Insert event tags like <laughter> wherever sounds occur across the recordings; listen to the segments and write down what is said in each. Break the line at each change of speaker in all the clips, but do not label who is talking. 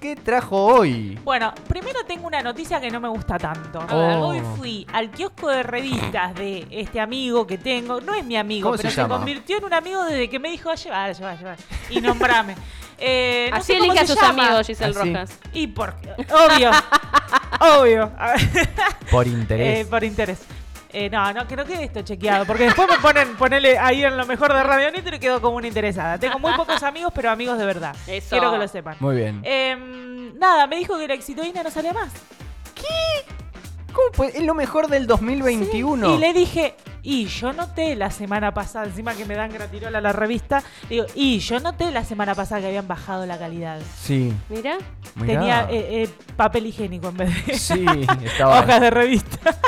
¿qué trajo hoy?
Bueno, primero tengo una noticia que no me gusta tanto.
A ver. Oh.
Hoy fui al kiosco de revistas de este amigo que tengo. No es mi amigo,
¿Cómo
pero
se
se,
llama?
convirtió en un amigo desde que me dijo, "Ah, llevar, llevar, llevar.
<laughs>
Y nombrame. Eh, no
Así
sé cómo
elige a
se
sus
llama.
amigos, Giselle
Así.
Rojas.
Y por...
<laughs>
Obvio. obvio. A ver.
Por interés.
Eh, por interés. Eh, no, no, que no quede esto chequeado, porque después me ponen ponele ahí en lo mejor de Radio Nitro y quedo como una interesada. Tengo muy pocos amigos, pero amigos de verdad.
Eso.
Quiero que lo sepan.
Muy bien.
Em, nada, me dijo que la exitoína no salía más.
¿Cómo fue? Es lo mejor del 2021.
Y le dije, y yo noté la semana pasada, encima que me dan gratirola la revista, digo, y yo noté la semana pasada que habían bajado la calidad.
Sí,
Mira,
mirá.
Tenía eh, eh, papel higiénico en vez
<laughs>
de
Sí, estaba.
<laughs> hojas de revista.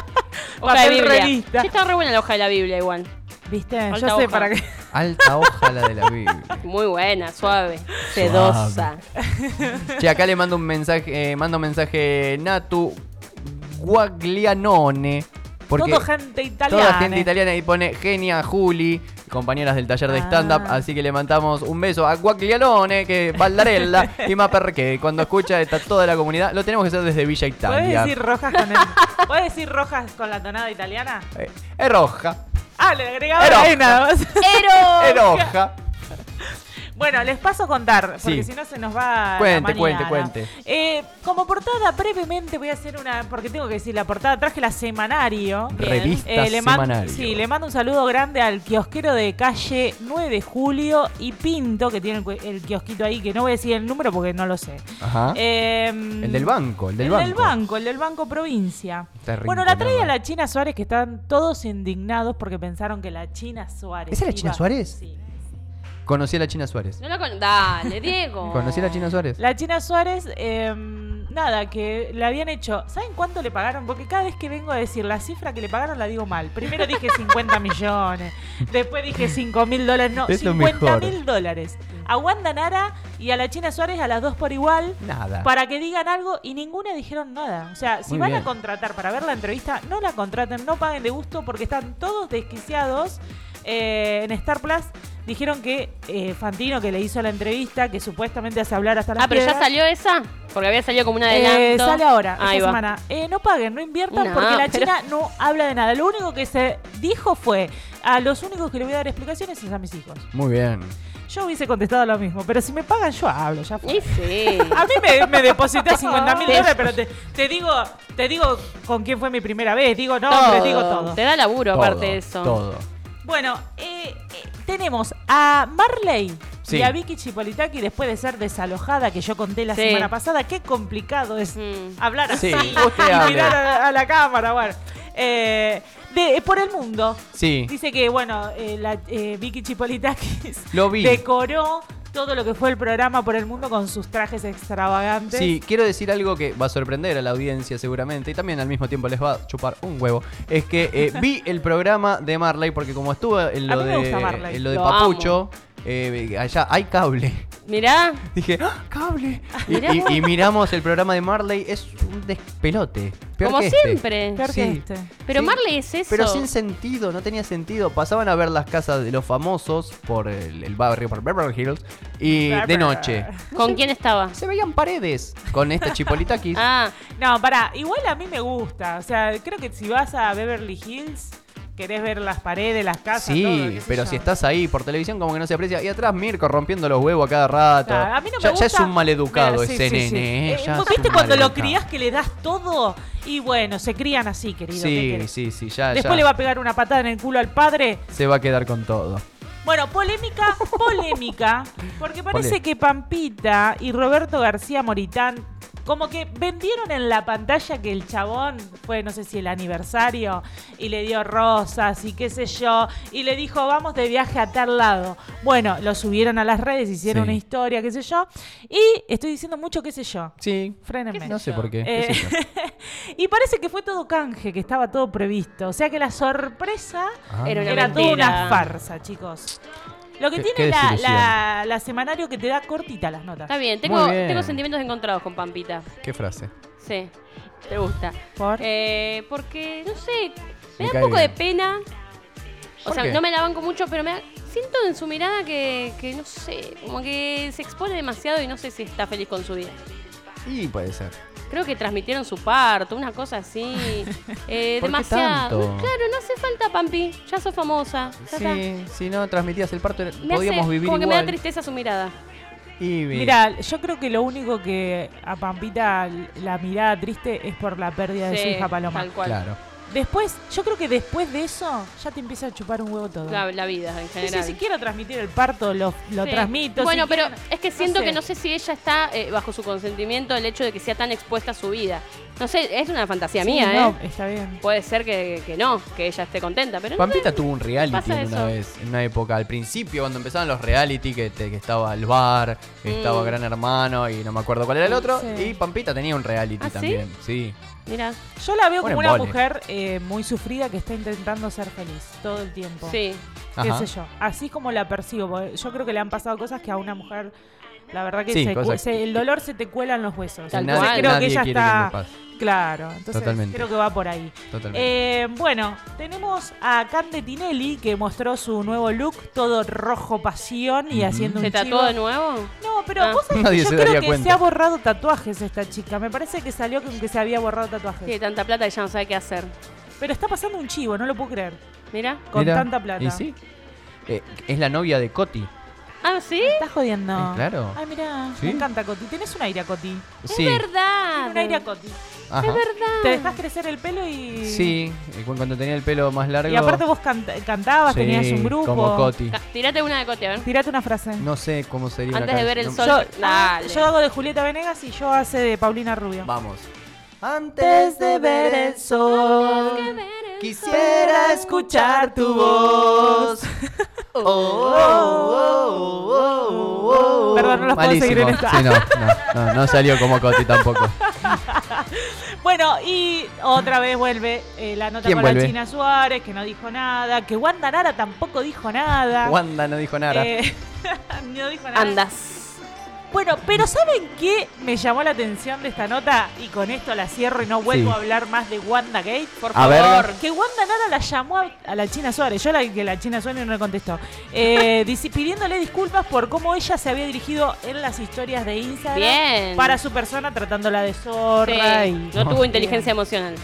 hoja de
papel
Biblia.
revista.
Sí, está re buena la hoja de la Biblia igual.
¿Viste?
Falta
yo sé
hoja.
para qué.
Alta hoja la de la Biblia.
Muy buena, suave, sedosa.
Che, acá le mando un mensaje, eh, mando un mensaje Natu Guaglianone. Porque
Todo gente italiana.
toda gente italiana y pone genia Juli, compañeras del taller de
Ah.
stand-up. Así que le mandamos un beso a Guaglianone, que
<laughs>
Baldarella y Mapper, que cuando escucha está toda la comunidad. Lo tenemos que hacer desde Villa
¿Puedes
Italia.
decir rojas con
<laughs>
el... ¿Puedes decir rojas con la tonada italiana?
Eh, es roja,
Ah, le agregaba
Era
la
hoja.
E nada más.
es
¡Ero!
roja.
<laughs> Bueno, les paso a contar, porque
Sí.
si no se nos va.
Cuente,
la
cuente,
mañana.
cuente.
Eh, como portada, brevemente voy a hacer una. Porque tengo que decir la portada. Traje la semanario.
Bien.
Revista
Eh, le mando,
semanario.
sí, le mando un saludo grande al kiosquero de calle 9 de julio y Pinto, que tiene el, cu- el kiosquito ahí, que no voy a decir el número porque no lo sé.
Ajá.
el
Ah. el del banco, el del
em, el
banco.
del banco, el del Banco Provincia.
Está
Bueno, la traía
rinconada.
la China Suárez, que están todos indignados porque pensaron que la China Suárez.
¿Esa era
iba-
China Suárez?
Sí.
Conocí a la China Suárez.
No lo con... Dale,
<laughs>
Diego.
Conocí a la China Suárez.
La China Suárez, eh, nada, que la habían hecho. ¿Saben cuánto le pagaron? Porque cada vez que vengo a decir la cifra que le pagaron la digo mal.
<laughs>
Primero dije 50 millones, después dije 5 mil dólares, no,
Es lo
50
mejor.
mil dólares. A Wanda Nara y a la China Suárez a las dos por igual.
Nada.
para que digan algo y ninguna dijeron nada. O sea,
Ah.
si
Muy
van
bien.
a contratar para ver la entrevista, no la contraten, no paguen de gusto porque están todos desquiciados eh, en Star Plus. Dijeron que eh, Fantino, que le hizo la entrevista, que supuestamente hace hablar hasta la
Ah, pero ya salió esa. Porque había salido como una adelanto.
Eh, sale ahora,
Ahí
esta
va.
semana. Eh, no paguen, no inviertan
No,
porque la
pero-
China no habla de nada. Lo único que se dijo fue, a los únicos que le voy a dar explicaciones es a mis hijos.
Muy bien.
Yo hubiese contestado lo mismo, pero si me pagan yo hablo, ya fue.
Y
<laughs>
sí.
A mí me, me depositas 50 mil
Te-
dólares, pero te, te digo, te digo con quién fue mi primera vez, digo nombres, Ah, digo todo.
Te da laburo
Todo,
aparte de eso.
Todo.
Bueno, eh, eh, tenemos a Marley
Sí.
y a Vicky Chipolitaki después de ser desalojada, que yo conté la
Sí.
semana pasada, qué complicado es
Mm.
hablar así
Sí,
y
usted
<laughs> mirar
habla.
a, a la cámara, bueno. Eh, de- eh, por el mundo.
Sí,
Dice que, bueno, eh, la, eh, Vicky Chipolitakis
lo vi.
decoró todo lo que fue el programa por el mundo con sus trajes extravagantes.
Sí, quiero decir algo que va a sorprender a la audiencia seguramente y también al mismo tiempo les va a chupar un huevo. Es que eh, vi el programa de Marley porque como estuvo en
A
lo
mí me
de,
gusta Marley.
en lo de
Lo amo.
Papucho, eh, allá hay cable. <laughs>
Mirá.
Dije, ¡Ah, cable! Y,
Mirá.
y- y miramos el programa de Marley, es un despelote. Peor
Como
que este.
siempre.
Peor que
Sí.
este.
Pero
Sí.
Marley es eso.
Pero sin sentido, no tenía sentido. Pasaban a ver las casas de los famosos por el, el barrio, por Beverly Hills, y de noche.
¿Con quién estaba?
Se veían paredes con esta Chipolitakis.
Ah,
No, pará, igual a mí me gusta. O sea, creo que si vas a Beverly Hills, querés ver las paredes, las casas. todo,
Sí,
qué sé
pero
yo.
si estás ahí por televisión como que no se aprecia. Y atrás Mirko rompiendo los huevos a cada rato.
Claro, a mí no me
ya, ya
gusta-
es un maleducado
Mira, sí,
ese
sí, sí.
nene.
Eh,
¿eh? Ya es
¿Viste
un
cuando lo
maleducado.
crías que le das todo? Y bueno, se crían así, querido. ¿qué
Sí,
querés?
sí, sí, ya,
Después
ya
le va a pegar una patada en el culo al padre.
se va a quedar con todo.
Bueno, polémica, polémica. Porque parece
Polé-
que Pampita y Roberto García Moritán como que vendieron en la pantalla que el chabón fue, no sé si el aniversario, y le dio rosas y qué sé yo, y le dijo, vamos de viaje a tal lado. Bueno, lo subieron a las redes, hicieron
Sí.
una historia, qué sé yo, y estoy diciendo mucho qué sé yo.
Sí,
Frénenme.
no sé por qué.
Eh,
qué sé
<laughs>
yo.
y parece que fue todo canje, que estaba todo previsto. O sea que la sorpresa
Ah.
Era una
era toda
mentira.
una farsa, chicos. Lo que
Qué-
tiene
qué
la,
desilusión.
la- la semanario que te da cortita las notas.
está bien. Tengo,
Muy bien.
tengo sentimientos encontrados con Pampita.
Qué frase.
Sí. Te gusta.
Por-
Eh, porque, no sé,
Me
me, da
cae
un poco
bien.
de pena. O
¿Por
sea,
qué?
no me la banco mucho, pero me da- siento en su mirada que, que, no sé, como que se expone demasiado y no sé si está feliz con su vida.
Sí, puede ser.
Creo que transmitieron su parto, una
<laughs>
cosa así. Eh,
¿Por qué
demasiado.
tanto?
Claro, no hace falta, Pampi. Ya sos famosa. Ya está.
Sí, si no transmitías el parto,
Me
podíamos
hace,
vivir
como que me da
igual.
tristeza su mirada.
Y vi-
Mira, yo creo que lo único que a Pampita la mirada triste es por la pérdida de su
Sí,
hija Paloma.
Tal cual.
claro.
Después, yo creo que después de eso ya te empieza a chupar un huevo todo.
La, la vida en
Sí,
general.
sí, si quiero transmitir el parto, lo, lo
Sí.
transmito.
Bueno,
si
pero
quiero-
es que siento
sé.
que no sé si ella está eh, bajo su consentimiento el hecho de que sea tan expuesta a su vida. No sé, es una fantasía
Sí,
mía,
no,
¿eh?
Está bien.
Puede ser que, que no, que ella esté contenta, pero no.
Pampita tuvo un reality
pasa
en una
eso.
vez, en una época. Al principio, cuando empezaban los reality, que, te- que estaba el bar, que
Mm.
estaba Gran Hermano y no me acuerdo cuál era el otro.
Sí.
Y Pampita tenía un reality
¿Ah, sí?
también. Sí.
Mira,
Yo la veo
Un
como una
embole.
mujer eh, muy sufrida que está intentando ser feliz todo el tiempo.
sí.
qué
Ajá.
sé yo. Así como la percibo. porque Yo creo que le han pasado cosas que a una mujer, la verdad que
Sí,
se cu-
cosas-
se- el dolor se te cuela en los huesos.
Tal
Nadie-
cual.
Entonces creo que
nadie
ella
quiere
está.
que me pase.
Claro, entonces
Totalmente.
creo que va por ahí.
Totalmente.
Eh, bueno, tenemos a Cande Tinelli que mostró su nuevo look, todo rojo pasión y
Ujú.
haciendo
¿Se
un
tatuó
chivo. Pues-
de nuevo?
No, pero
Ah.
vos sabés que
Nadie se
yo creo
daría
que
cuenta.
se ha borrado tatuajes esta chica. Me parece que salió con que se había borrado tatuajes.
Tiene tanta plata que ya no sabe qué hacer.
Pero está pasando un chivo, no lo puedo creer.
Mira.
Con
Mira,
tanta plata.
¿Y sí? Eh, es la novia de Coti.
Ah, ¿sí?
Me Estás jodiendo.
Eh, claro.
Ay, mira,
Sí.
me encanta Coti. Tenés un aire a Coti.
Sí.
Es verdad.
Un aire a Coti.
Ajá.
Te dejas crecer el pelo y.
Sí, eh, cu- cuando tenía el pelo más largo.
Y aparte vos canta- cantabas,
Sí,
tenías un grupo.
Como Coti.
Ca- Tirate una de Cote, a ver.
Tirate una frase.
No sé cómo sería. una
Ah. Antes de ver el
canción.
sol.
Yo,
Dale.
yo hago de Julieta Venegas y yo hace de Paulina Rubio.
Vamos.
Antes de ver el sol, quisiera escuchar
<laughs>
tu voz. Oh, Perdón, no los puedo seguir en esta.
Sí, no, no, no, no salió como Coti
<laughs>
tampoco.
Bueno, y otra vez vuelve eh, la nota
¿Quién
con la
vuelve?
China Suárez, que no dijo nada, que Wanda Nara tampoco dijo nada.
Wanda no dijo nada.
Eh, <laughs> no dijo nada.
Andas.
Bueno, pero ¿saben qué me llamó la atención de esta nota? Y con esto la cierro y no vuelvo
Sí.
a hablar más de Wanda Gate.
Por
A ver.
favor.
Que Wanda Nara la llamó a, a la China Suárez, yo la que la China Suárez no le contestó,
<laughs>
eh, dice- pidiéndole disculpas por cómo ella se había dirigido en las historias de Instagram
Bien.
para su persona tratándola de zorra
Sí,
y
No tuvo inteligencia emocional.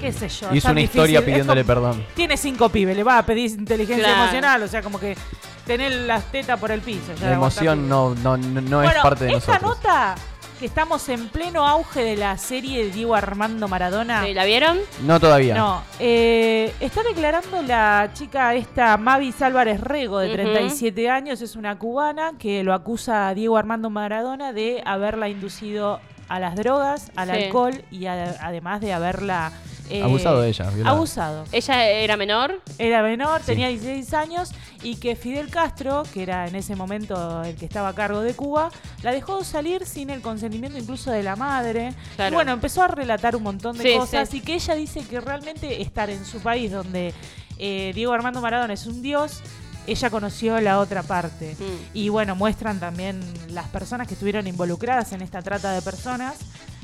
qué sé yo.
Hizo
tan
una historia
difícil. Es
pidiéndole
como-
perdón.
Tiene cinco pibes, le va a pedir inteligencia
Claro.
emocional, o sea, como que tener las tetas por el piso. ya
La
aguantar
emoción
pibes.
no, no, no, no
bueno,
es parte de
esta
nosotros.
nota que estamos en pleno auge de la serie de Diego Armando Maradona.
Sí, ¿La vieron?
No todavía.
No, eh, está declarando la chica esta Mavis Álvarez Rego, de
Ujú.
37 años, es una cubana que lo acusa a Diego Armando Maradona de haberla inducido a las drogas, al
Sí.
alcohol y a- además de haberla... eh,
Abusado de ella. violado.
Abusado.
Ella era menor.
Era menor,
Sí.
tenía 16 años y que Fidel Castro, que era en ese momento el que estaba a cargo de Cuba, la dejó salir sin el consentimiento incluso de la madre.
Claro.
Y bueno, empezó a relatar un montón de
Sí,
cosas
sí.
y que ella dice que realmente estar en su país donde eh, Diego Armando Maradona es un dios, ella conoció la otra parte.
Mm.
Y bueno, muestran también las personas que estuvieron involucradas en esta trata de personas,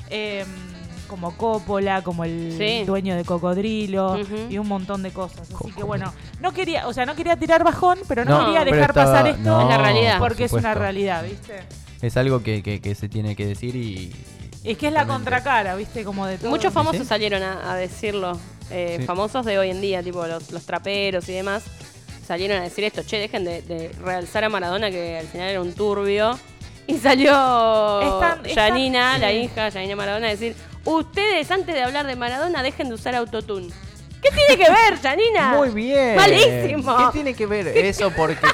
eh, como Coppola, como el
Sí.
dueño de Cocodrilo
Ujú.
y un montón de cosas. Así que
Cocodrilo.
bueno, no quería, o sea, no quería tirar bajón, pero no,
No,
quería
pero
dejar
estaba-
pasar esto
no,
Es la realidad.
por
porque es una
supuesto.
realidad, ¿viste?
Es algo que, que, que se tiene que decir y.
Es que es la
Totalmente.
contracara, ¿viste? Como de todo.
Muchos famosos
¿Sí?
salieron a, a decirlo. eh,
Sí.
Famosos de hoy en día, tipo los, los traperos y demás. Salieron a decir esto. Che, dejen de, de realzar a Maradona, que al final era un turbio. Y salió
Es tan- es tan-
Janina, la
sí.
hija, Janina Maradona, a decir: Ustedes, antes de hablar de Maradona, dejen de usar autotune. ¿Qué tiene
<laughs>
que ver, Janina?
Muy bien.
Malísimo.
¿Qué tiene que ver eso?
<laughs>
Porque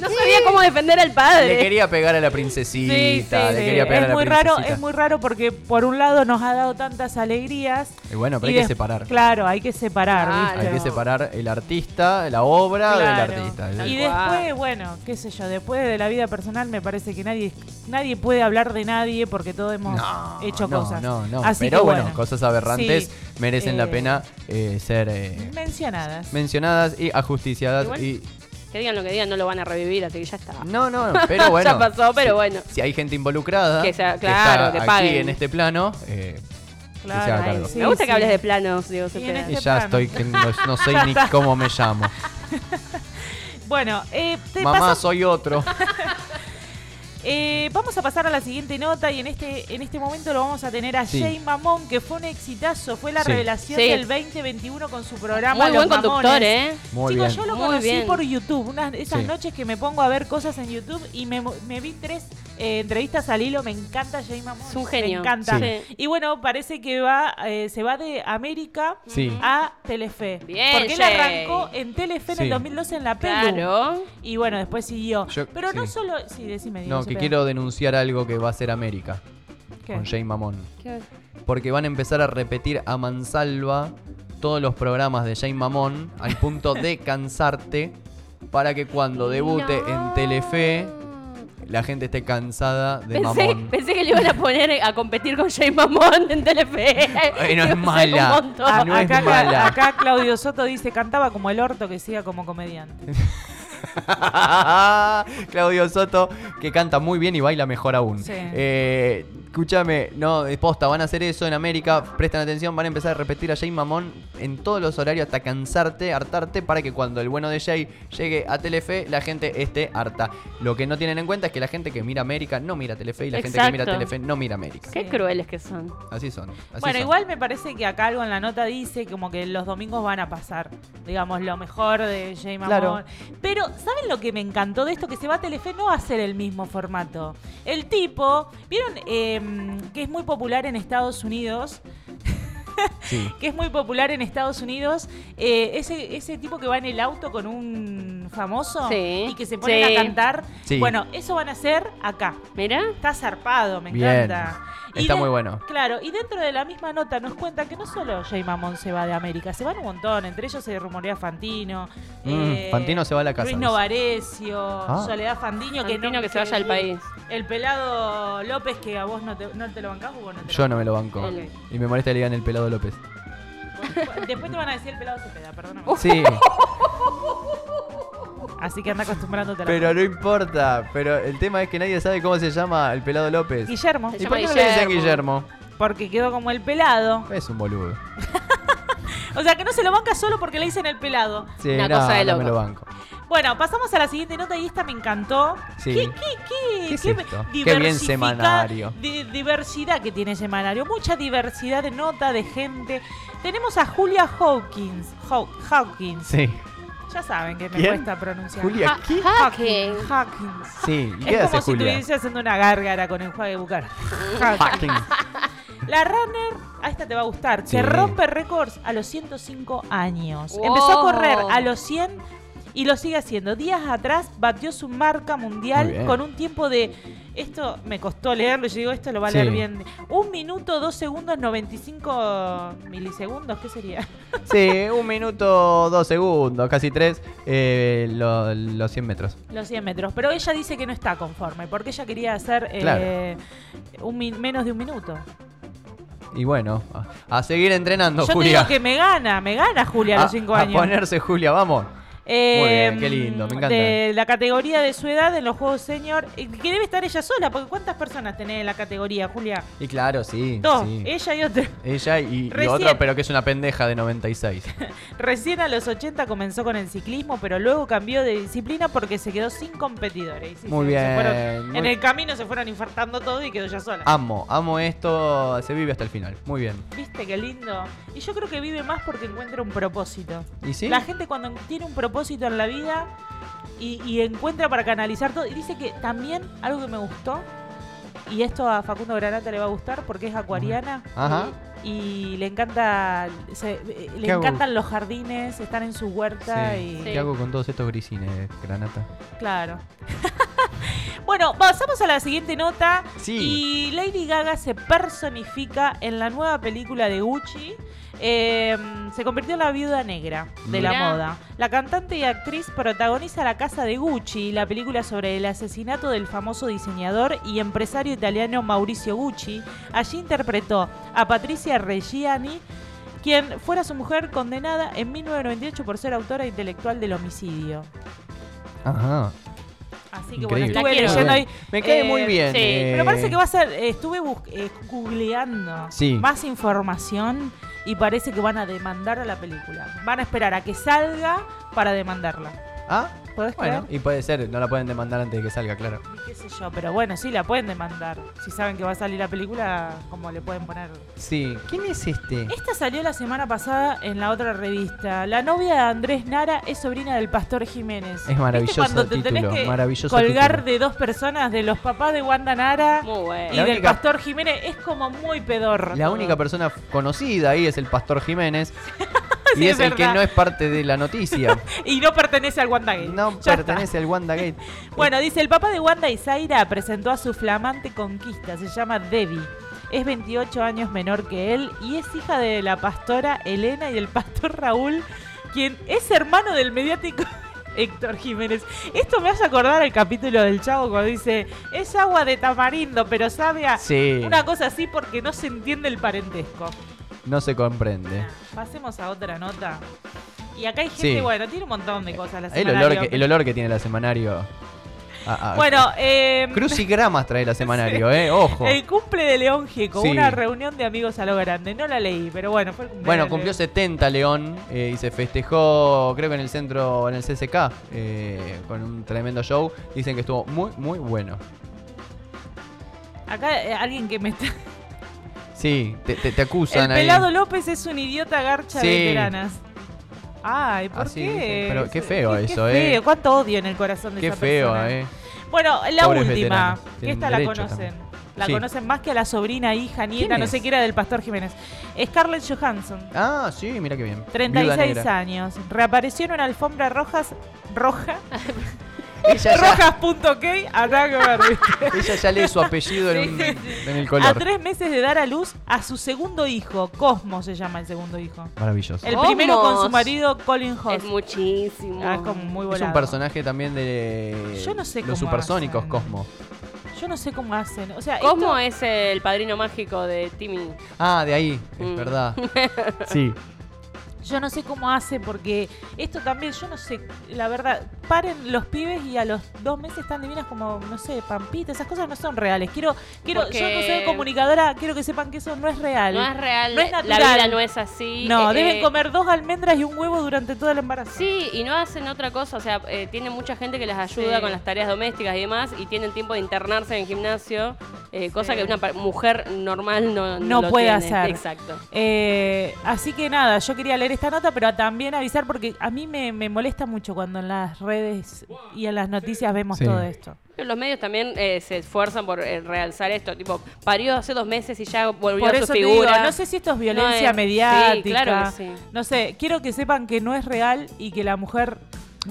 No sabía cómo defender al padre.
le quería pegar a la princesita.
Sí, sí,
Ah, le
Sí,
quería pegar
es
a la
muy raro,
princesita.
es muy raro porque por un lado nos ha dado tantas alegrías.
Y bueno, pero
y
hay que
des-
separar.
Claro, hay que separar,
Claro.
¿viste?
Hay que separar el artista, la obra
Claro.
del artista.
Y
Tal cual.
después, bueno, qué sé yo, después de la vida personal me parece que nadie nadie puede hablar de nadie porque todos hemos
No,
hecho
no,
cosas.
No, no,
Así
Pero
que
bueno, cosas aberrantes
Sí,
merecen
eh,
la pena eh, ser eh,
mencionadas.
mencionadas y ajusticiadas.
Igual-
Y...
Que digan lo que digan, no lo van a revivir, así que ya está.
No, no,
<laughs>
pero bueno.
Ya pasó, pero
si-
bueno.
Si hay gente involucrada,
Que sea- claro, que
está aquí
paguen.
en este plano, eh,
Claro,
se haga
ay,
cargo.
sí,
Me gusta
sí.
que hables de planos, digo,
Y en
Cepeda.
este-
ya
plano.
estoy, que no, no sé
<laughs>
ni cómo me llamo.
Bueno, eh, te
Mamá,
<laughs> paso-
soy otro.
Eh, vamos a pasar a la siguiente nota y en este, en este momento lo vamos a tener a
Sí.
Jane Mamón, que fue un exitazo, fue la
Sí.
revelación
Sí.
del 2021 con su programa.
Muy
Los
buen conductor,
Mamones.
¿eh?
Muy
Chicos,
bien.
yo lo
Muy
conocí
bien.
por YouTube, unas de esas
Sí.
noches que me pongo a ver cosas en YouTube y me, me vi tres eh, entrevistas al hilo, me encanta Jay Mamón.
Es un genio.
Me encanta.
Sí.
Y bueno, parece que va, eh, se va de América
Sí.
Ah,
a Telefe.
Bien,
porque él
Jay.
arrancó en Telefe en
Sí.
el 2012 en la pelu.
Claro.
Y bueno, después siguió.
Yo-
Pero no
sí.
solo... Sí, decime. Diego,
No,
se
que
pega.
quiero denunciar algo que va a hacer América
¿Qué?
con Jane Mamón. Porque van a empezar a repetir a mansalva todos los programas de Jane Mamón al punto
<laughs>
de cansarte para que cuando debute en Telefe la gente esté cansada de
Pensé,
Mamón.
pensé que le iban a poner a competir con Jay Mamón en Telefe.
Ay, no es
Iba a ser <laughs> un
mala.
montón.
Ah,
No es
acá,
mala.
acá Claudio Soto dice, cantaba como el orto que siga como comediante.
<laughs> Claudio Soto, que canta muy bien y baila mejor aún.
Sí.
Eh, escúchame, no, eh, posta, van a hacer eso en América, prestan atención, van a empezar a repetir a Jay Mamón en todos los horarios hasta cansarte, hartarte, para que cuando el bueno de Jay llegue a Telefe, la gente esté harta. Lo que no tienen en cuenta es que la gente que mira América no mira Telefe y la gente que mira
Exacto.
Telefe no mira América.
Qué
Sí.
crueles que son.
Así son. así
bueno,
son.
igual me parece que acá algo en la nota dice como que los domingos van a pasar, digamos, lo mejor de Jay Mamón.
Claro.
Pero, ¿saben lo que me encantó de esto? Que se va a Telefe no va a ser el mismo formato. El tipo, ¿vieron eh, que es muy popular en Estados Unidos?
Sí.
Que es muy popular en Estados Unidos. eh, ese, ese tipo que va en el auto con un famoso
Sí.
y que se ponen
Sí.
a cantar.
Sí.
Bueno, eso van a hacer acá.
Mira.
Está zarpado, me
Bien.
encanta.
Está
de-
muy bueno.
Claro, y dentro de la misma nota nos cuenta que no solo Jay Mamón se va de América, se van un montón. Entre ellos se rumorea Fantino.
Mm, Fantino se va a la casa,
eh, Luis
dice. Ah.
Novarecio, Soledad Fandino.
Fantino
no-
que se vaya al país.
El pelado López, que a vos no te, no te lo bancás, vos no te lo
Yo no me lo banco.
Dale.
Y me molesta que le digan el pelado López.
bancás. Después te van a decir el pelado Cepeda, perdóname.
Sí.
<laughs> Así que anda acostumbrándote a la
Pero no importa, pero el tema es que nadie sabe cómo se llama el pelado López.
Guillermo,
Se
¿Y
llama
por qué no le dicen
Guillermo.
Guillermo?
porque quedó como el pelado.
Es un boludo.
O sea que no se lo banca solo porque le dicen el pelado.
Sí,
Una
no,
cosa de
no
loco.
me lo banco.
Bueno, pasamos a la siguiente nota y esta me encantó.
Sí.
¿Qué, qué, qué,
¿Qué es esto? Qué bien
diversifica-
semanario.
di- diversidad que tiene semanario. Mucha diversidad de nota, de gente. Tenemos a Julia Hawkins. Haw- Hawkins.
Sí.
Ya saben que me
¿Quién?
cuesta pronunciar.
Julia,
Ha-
¿qué?
Hawkins. Hawkins.
Sí, ¿y qué
Es
hace
como si
Julia?
estuviese haciendo una gárgara con el juego de bucar.
Fucking.
<laughs> La runner, a esta te va a gustar,
Sí.
que rompe récords a los 105 años.
Wow.
Empezó a correr a los 100 y lo sigue haciendo. Días atrás batió su marca
Muy
mundial
bien.
con un tiempo de. Esto me costó leerlo, yo digo, esto lo va a
Sí.
leer bien. Un minuto, dos segundos, 95 milisegundos, ¿qué sería? <laughs>
Sí, un minuto, dos segundos, casi tres, eh, lo- los 100 metros.
Los 100 metros. Pero ella dice que no está conforme, porque ella quería hacer eh, un min- menos de un minuto.
Y bueno, a, a seguir entrenando,
yo te
Julia.
digo que me gana, me gana Julia a, los 5
a
años.
ponerse, Julia, vamos. Muy bien, qué lindo, me encanta.
Em, De la categoría de su edad en los Juegos Senior, eh, que debe estar ella sola, porque ¿cuántas personas tenés en la categoría, Julia?
Y claro, sí.
Dos,
sí.
ella y otra. <laughs>
Ella y, y
Recién.
otro, pero que es una pendeja de 96.
Recién a los 80 comenzó con el ciclismo, pero luego cambió de disciplina porque se quedó sin competidores. Y sí,
Muy
se- se
bien,
fueron-
muy- Ah.
En el camino se fueron infartando todo y quedó ya sola.
Amo, amo esto, se vive hasta el final. Muy bien.
¿Viste qué lindo? Y yo creo que vive más porque encuentra un propósito.
¿Y sí?
La gente cuando tiene un propósito en la vida y, y encuentra para canalizar todo, y dice que también algo que me gustó, y esto a Facundo Granata le va a gustar porque es acuariana
Ajá.
y le encanta se- eh, le
¿Qué hago?
encantan los jardines, están en su huerta
Sí.
y
¿Qué hago con todos estos grisines, Granata?
claro. <laughs> bueno, pasamos a la siguiente nota
Sí.
y Lady Gaga se personifica en la nueva película de Gucci. Eh, se convirtió en la viuda negra de la
Mirá.
moda. La cantante y actriz protagoniza La Casa de Gucci, la película sobre el asesinato del famoso diseñador y empresario italiano Mauricio Gucci. Allí interpretó a Patricia Reggiani, quien fuera su mujer condenada en 1998 por ser autora intelectual del homicidio.
Ajá.
Así que
Increíble.
bueno, estuve
La quiero.
leyendo ahí.
Me cae
Eh,
muy bien.
sí,
eh,
Pero parece que va a ser. eh, Estuve bus- eh, googleando
Sí.
más información y parece que van a demandar a la película. Van a esperar a que salga para demandarla.
Ah,
¿Podés
Bueno,
creer?
y puede ser, no la pueden demandar antes de que salga, claro.
Y qué sé yo, pero bueno, sí, la pueden demandar. Si saben que va a salir la película, como le pueden poner.
Sí, ¿quién es este?
Esta salió la semana pasada en la otra revista. La novia de Andrés Nara es sobrina del pastor Jiménez.
Es maravilloso
¿Viste cuando te
título,
tenés que
maravilloso
colgar
título.
de dos personas, de los papás de Wanda Nara
Muy
y
bueno.
La
del
única-
pastor Jiménez, es como muy pedor.
La única persona conocida ahí es el pastor Jiménez. y
<laughs> Sí,
es,
es
el que
verdad.
no es parte de la
<laughs>
noticia.
Y no pertenece al Wanda Gate.
No
Ya está.
pertenece al WandaGate.
Bueno, dice, el papá de Wanda y Zaira presentó a su flamante conquista, se llama Debbie. Es 28 años menor que él y es hija de la pastora Elena y el pastor Raúl, quien es hermano del mediático <laughs> Héctor Jiménez. Esto me hace acordar el capítulo del Chavo cuando dice, es agua de tamarindo, pero sabe a...
Sí,
Ah, Una cosa así porque no se entiende el parentesco.
no se comprende.
Pasemos a otra nota. Y acá hay gente,
Sí.
bueno, tiene un montón de cosas. La
El
semanario.
olor, que, el olor que tiene la semanario. Ah, ah.
Bueno, eh,
Crucigramas trae la
<laughs>
semanario, eh, ojo.
El cumple de León Gieco,
Sí.
una reunión de amigos a lo grande. No la leí, pero bueno, fue el cumpleaños.
Bueno,
de
cumplió
León.
70 León eh, y se festejó, creo que en el centro, en el CCK, eh, con un tremendo show. Dicen que estuvo muy, muy bueno.
Acá eh, alguien que me está.
Sí, te, te- te
El
acusan ahí.
pelado López es un idiota garcha
Sí.
de veteranas. Ay, ¿por
Así
qué?
dicen, pero qué feo
qué
eso,
feo,
eh.
Cuánto odio en el corazón de
Qué
esa
feo,
persona.
eh.
Bueno, la
Pobres
última,
veteranos,
que
tienen
esta la
derecho
conocen.
también.
La
Sí.
conocen más que a la sobrina, hija, nieta,
¿Quién
no sé
es?
qué era del pastor Jiménez. Scarlett Johansson.
Ah, sí, mira qué bien. Viuda
36
negra.
años. Reapareció en una alfombra rojas, roja. <laughs>
Ella ya,
Rojas.k, habrá que ver, ¿viste?
<laughs> ella ya lee su apellido en, un- en el color.
A tres meses de dar a luz a su segundo hijo. Cosmo se llama el segundo hijo.
Maravilloso.
El
Cosmos.
primero con su marido, Colin
Es
Host.
muchísimo.
Ah, es como muy
Es
volado.
un personaje también de
Yo no sé
los
cómo
supersónicos,
hacen.
Cosmo.
Yo no sé cómo hacen. O sea,
Cosmo
esto-
es el padrino mágico de Timmy.
Ah, de ahí, es
<laughs>
Mm.
verdad. Sí.
Eh, yo no sé cómo hace porque esto también, yo no sé, la verdad, paren los pibes y a los dos meses están divinas como, no sé, pampitas, esas cosas no son reales. Quiero, quiero, yo que
Porque-
soy comunicadora, quiero que sepan que eso no es real.
No es real.
No es
la
natural.
vida no es así.
No,
eh,
deben
eh,
comer dos almendras y un huevo durante todo el embarazo.
Sí, y no hacen otra cosa. O sea, eh, tiene mucha gente que les ayuda
Sí.
con las tareas domésticas y demás, y tienen tiempo de internarse en el gimnasio, eh, cosa
Sí.
que una pa- mujer normal no,
No
lo
puede
tiene.
hacer.
Exacto.
Eh, así que nada, yo quería leer esta nota, pero también avisar porque a mí me, me molesta mucho cuando en las redes y en las noticias vemos
Sí.
todo esto.
Los medios también eh, se esfuerzan por eh, realzar esto. Tipo, parió hace dos meses y ya volvió
Por
a
eso
su
te
figura.
digo, no sé si esto es violencia
No es-
mediática.
sí, claro que sí.
No sé, quiero que sepan que no es real y que la mujer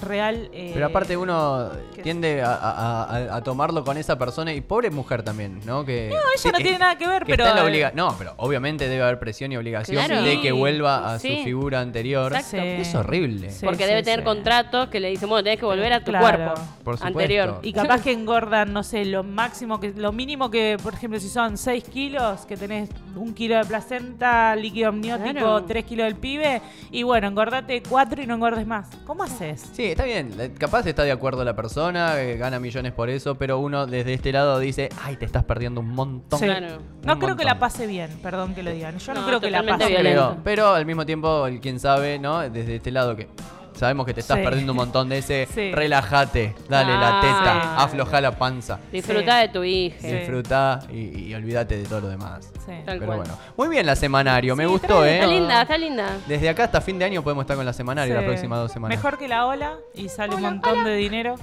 real. eh,
Pero aparte uno
¿qué
tiende a, a- a- a tomarlo con esa persona y pobre mujer también, ¿no? Que, no,
Ella no tiene nada que ver, pero. eh,
No, pero obviamente debe haber presión y obligación
Claro.
de que vuelva a su
Sí.
figura anterior.
Exacto.
Es horrible.
Sí.
Porque debe tener
sí.
contratos que le dicen, bueno, tenés que volver a tu
Claro.
cuerpo
Por supuesto.
anterior.
Y capaz que engordan, no sé, lo máximo que, lo mínimo que, por ejemplo, si son 6 kilos, que tenés un kilo de placenta, líquido amniótico,
Claro.
3 kilos del pibe, y bueno, engordate 4 y no engordes más. ¿Cómo haces?
Sí, está bien. La- Capaz está de acuerdo la persona, eh, gana millones por eso, pero uno desde este lado dice, ay, te estás perdiendo un montón.
Sí.
Claro.
No
Un
creo que
montón.
la pase bien, perdón que lo digan. Yo no,
No,
creo que la
totalmente
pase bien.
violento.
Pero, pero al mismo tiempo, el quien sabe, ¿no? Desde este lado que sabemos que te estás
Sí.
perdiendo un montón de ese
Sí.
relájate, dale la
Ah.
teta, afloja la panza,
Disfruta de tu hija.
Sí.
disfruta y, y olvídate de todo lo demás.
Sí.
Tal
Pero
cual.
bueno, muy bien la semanario, me
Sí,
gustó,
trae de
¿eh?
Está
todo.
linda,
<laughs>
está linda.
Desde acá hasta fin de año podemos estar con la semanario
Sí.
las próximas dos semanas.
Mejor que la ola y sale un montón de dinero.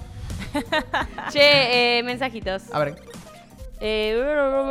Che, eh, mensajitos.
A ver.
Eh,